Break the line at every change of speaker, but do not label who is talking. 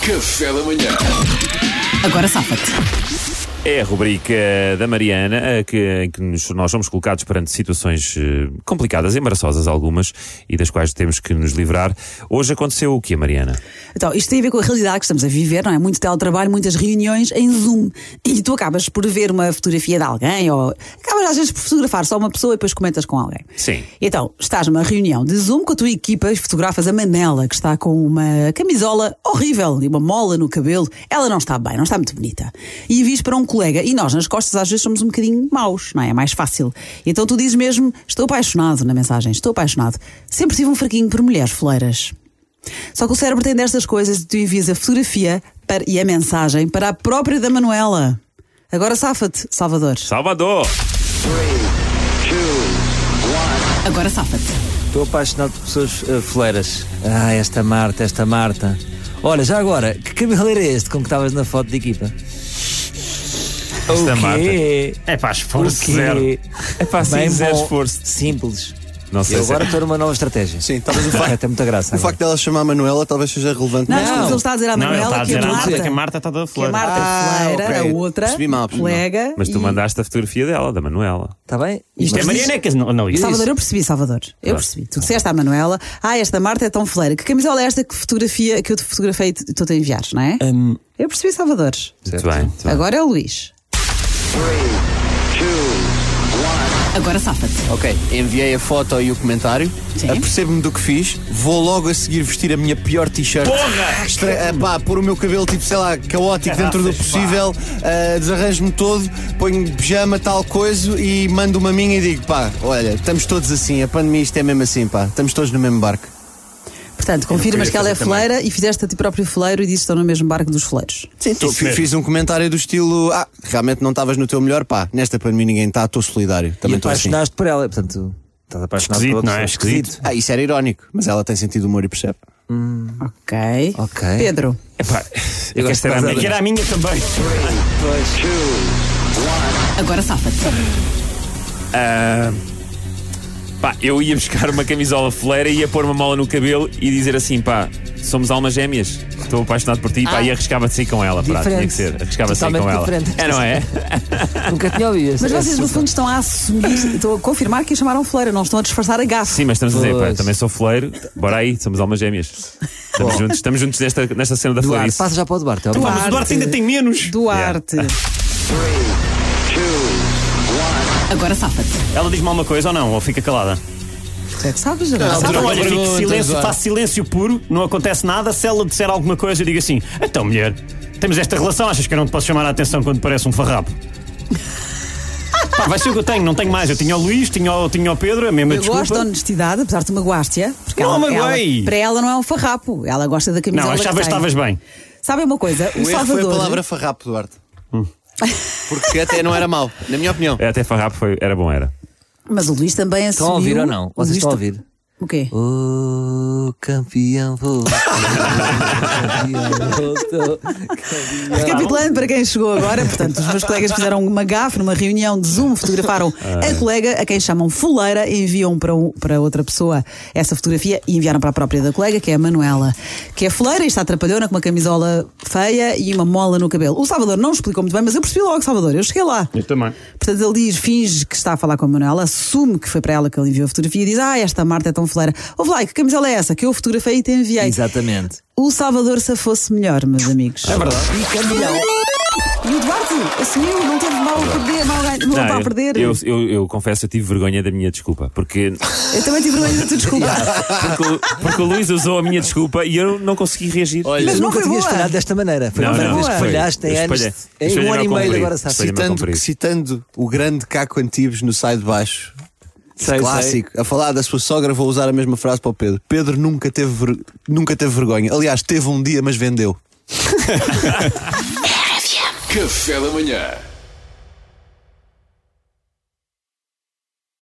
Café da manhã.
Agora safa-te.
É a rubrica da Mariana, a que, em que nos- nós somos colocados perante situações eh, complicadas, embaraçosas algumas, e das quais temos que nos livrar. Hoje aconteceu o quê, Mariana?
Então, isto tem a ver com a realidade que estamos a viver, não é? Muito teletrabalho, muitas reuniões em Zoom. E tu acabas por ver uma fotografia de alguém, ou acabas às vezes por fotografar só uma pessoa e depois comentas com alguém.
Sim.
Então, estás numa reunião de Zoom com a tua equipa e fotografas a Manela, que está com uma camisola horrível e uma mola no cabelo. Ela não está bem, não está muito bonita. E vis para um colega. E nós, nas costas, às vezes somos um bocadinho maus, não é? É mais fácil. Então tu dizes mesmo, estou apaixonado na mensagem, estou apaixonado. Sempre tive um fraquinho por mulheres foleiras. Só que o cérebro tem destas coisas e tu envias a fotografia para- e a mensagem para a própria da Manuela. Agora safa-te, Salvador.
Salvador!
Agora safa-te.
Estou apaixonado por pessoas eh, fleiras. Ah, esta Marta, esta Marta. Olha, já agora, que cabelo era este com que estavas na foto de equipa?
Esta
Marta.
É pá, esforço
Porque
zero. É pá, sim, zero esforço.
Simples.
Não sei
Eu
se- é.
agora estou numa nova estratégia.
Sim, talvez o
É,
facto,
tem muita graça.
o
agora.
facto dela se chamar Manuela talvez seja relevante.
Não,
mas-
mas ele está a dizer à
Não, ele
Manuela
está a
que,
dizer
a
à
Marta,
Marta que a Marta está toda
que a
flor.
Marta
Ah,
Fleira,
ok.
a outra
Percebi mal, percebi mal.
colega.
Mas tu
e-
mandaste a fotografia dela, da Manuela.
Está Tá bem?
Isto é
Mas
Mariana
Marianecas, não, não isso.
Salvador, eu percebi, Salvador. Eu percebi. Tu disseste à Manuela, ah, esta Marta é tão fleira. Que camisola é esta que fotografia que eu te fotografei e tu- tu te enviares, não é?
Um,
Eu percebi, Salvador.
Muito bem, muito bem.
Agora é o Luís. Agora safa-te.
Ok, enviei a foto e o comentário.
Apercebo-me do que fiz, vou logo a seguir vestir a minha pior t-shirt.
Porra!
Estra- ah, pá, pôr o meu cabelo, tipo, sei lá, caótico dentro do possível, ah, desarranjo-me todo, ponho pijama, tal coisa e mando uma minha e digo, pá, olha, estamos todos assim, a pandemia isto é mesmo assim, pá, estamos todos no mesmo barco.
Portanto, confirmas que ela é fleira e fizeste a ti próprio fleiro e dizes que estão no mesmo barco dos fleiros.
Sim, tu-
Isso mesmo.
fiz um comentário do estilo, ah, realmente não estavas no teu melhor, pá, nesta pandemia ninguém está, estou solidário,
E
também estou assim.
apaixonaste por ela, portanto, estás apaixonado
Esquisito,
por
não é? Esquisito.
Ah, isso era irónico, mas ela tem sentido de humor e percebe.
Ok.
Ok.
Pedro.
É pá, é que esta era
É
a
que
minha.
era a minha também.
Agora safa-te.
Pá, eu ia buscar uma camisola fleira, ia pôr uma mola no cabelo e dizer assim, pá, somos almas gêmeas, estou apaixonado por ti, pá, e arriscava de sair com ela, pá, tinha que
Ah. Diferente.
ser, arriscava de sair com
Totalmente
ela.
diferente.
É, não é?
Nunca tinha ouvido.
Mas
É
essa-
vocês,
essa
no fundo, estão a assumir, estão a confirmar que a chamaram fleira, não estão a disfarçar a gafe.
Sim, mas estamos a dizer, pá,
Pois.
também sou fleiro, bora aí, somos almas gêmeas. Estamos juntos, estamos juntos nesta, nesta cena da
Duarte,
fleirice.
passa já para o Duarte. é
Então
óbvio.
Mas o Duarte ainda tem menos.
Duarte. Agora safa-te.
Ela diz-me alguma coisa ou não? Ou fica calada?
Tu é que sabes, não?
Então, olha, fico
perguntas,
silêncio,
olha.
faço silêncio puro, não acontece nada. Se ela disser alguma coisa, eu digo assim: então, mulher, temos esta relação, achas que eu não te posso chamar a atenção quando parece um farrapo? Pá, vai ser o que eu tenho, não tenho mais. Eu tinha o Luís, tinha o, tinha o Pedro, a mesma
Eu
desculpa.
gosto da honestidade, apesar de tu magoaste-a. porque
Não
ela-
magoei.
ela- Para ela não é um farrapo. Ela gosta da camisola
não,
que
achavas que
tem.
estavas bem.
Sabe uma coisa? O,
O Um erro foi a
Salvador...
palavra farrapo, Duarte. Porque até não era mau, na minha opinião.
É, Até farrapo foi, era bom, era.
Mas o Luís também assumiu...
Estão a ouvir ou não?
o
Vocês
Luís
estão a
ta-
ouvir?
O quê?
O campeão voltou. campeão voltou.
Recapitulando para quem chegou agora, portanto, os meus colegas fizeram uma gafe numa reunião de Zoom, fotografaram
Ah.
a colega, a quem chamam fuleira, e enviam para, um- para outra pessoa essa fotografia e enviaram para a própria da colega, que é a Manuela, que é fuleira e está atrapalhona com uma camisola feia e uma mola no cabelo. O Salvador não explicou muito bem, mas eu percebi logo, Salvador, eu cheguei lá.
Eu também.
Portanto, ele diz, finge que está a falar com a Manuela, assume que foi para ela que ele enviou a fotografia e diz: Ah, esta Marta é tão fuleira. Ouve lá, que camisola é essa? Que eu fotografei e te enviei.
Exatamente.
O Salvador se fosse melhor, meus amigos. É verdade.
E campeão.
E o Duarte assumiu, não teve mal a perder, mal ganho, não, está a
eu-
perder.
Eu, eu, eu confesso, eu tive vergonha da minha desculpa, porque,
Eu também tive vergonha de te desculpar.
porque, o, porque o Luís usou a minha desculpa e eu não consegui reagir.
Olha,
Mas não
nunca
foi
tinhas
boa.
falhado desta maneira. Foi a
Não,
primeira
não,
vez que
foi.
falhaste em
Eu
anos.
espalhei- eu
Em
espalhei-me
um ano
ao
e meio de
comprido.
agora sabes.
Espalhei-me ao
citando,
comprido.
citando o grande Caco Antibes no Sai de Baixo.
Sei,
clássico, a falar da sua sogra, vou usar a mesma frase para o Pedro. Pedro nunca teve, ver- nunca teve vergonha. Aliás, teve um dia, mas vendeu.
Café da manhã.